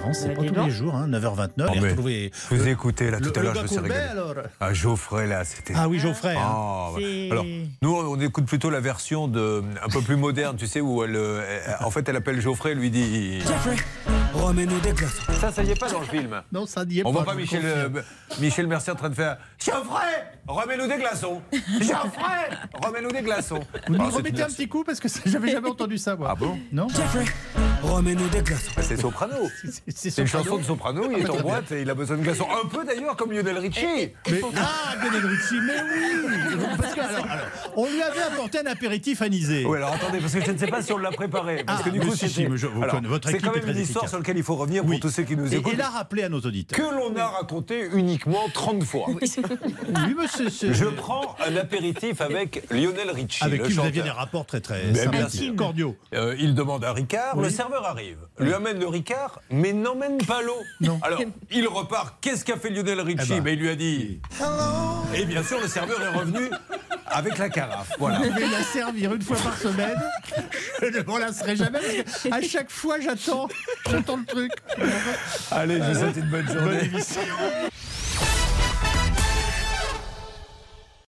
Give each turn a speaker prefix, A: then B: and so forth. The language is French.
A: France, c'est
B: Bah,
A: pas
B: dis
A: tous
B: donc.
A: les jours, hein, 9h29.
C: Oh,
A: et
C: mais
A: retrouver
C: Vous
A: le-
C: écoutez, là,
A: euh, le-
C: tout à
A: le
C: l'heure, je me suis
A: Bacoulbet,
C: régalé.
A: alors
C: Ah, Geoffrey, là, c'était.
A: Ah oui, Geoffrey. hein.
C: Ah, bah.
B: C'est-
C: Alors, nous, on écoute plutôt la version de, un peu plus moderne, tu sais, où elle, euh, elle- en fait, elle appelle Geoffrey, lui dit. Ça, ça y est pas dans le film.
A: Non, ça n'y est
C: On
A: pas.
C: voit pas
A: Ah, je vous
C: Michel,
A: confirme.
C: euh, Michel Mercier en train de faire Geoffrey, remets-nous des glaçons. Geoffrey, remets-nous des glaçons.
A: Vous nous
C: Alors, Ah, c'est une
A: remettez un
C: version-
A: petit coup parce que ça- j'avais jamais entendu ça, moi.
C: Ah bon
A: Non
C: Bah, C'est Soprano. C'est
A: C'est
C: une chanson de Soprano, il est en boîte et il a besoin de glaçons. Un peu d'ailleurs comme Lionel Richie.
A: Mais, ah, Lionel Richie, mais oui Parce que, alors, alors, on lui avait apporté un apéritif anisé.
C: Oui, alors attendez, parce que je ne sais pas si on l'a préparé. Parce
A: Ah,
C: que du coup,
A: mais si,
C: c'était-
A: si, mais je- vous
C: Alors,
A: connaissez- votre
C: c'est
A: équipe
C: quand
A: est
C: même
A: très
C: une histoire
A: efficace.
C: sur laquelle il faut revenir
A: Oui.
C: pour tous ceux qui nous
A: Et,
C: écoutent.
A: et l'a rappelé à nos auditeurs.
C: Que l'on a raconté uniquement 30 fois.
A: Oui, monsieur, c'est-
C: Je prends un apéritif avec Lionel Richie.
A: avec
C: le
A: qui vous aviez
C: chanteur.
A: des rapports très, très
C: Mais bien
A: sympathiques,
C: sûr.
A: cordiaux.
C: Euh, il demande un Ricard,
A: Oui.
C: le serveur arrive, lui amène le Ricard, mais n'emmène pas l'eau. Alors, il repart. Qu'est-ce qu'a fait Lionel Richie
A: Eh ben.
C: Ben, Il lui a dit Et bien sûr, le serveur est revenu avec la carafe. Voilà.
A: Je vais la servir une fois par semaine. Je ne m'en lasserai jamais parce que à chaque fois j'attends, j'attends le truc.
C: Allez, je vous souhaite une bonne journée.
A: Bonne émission.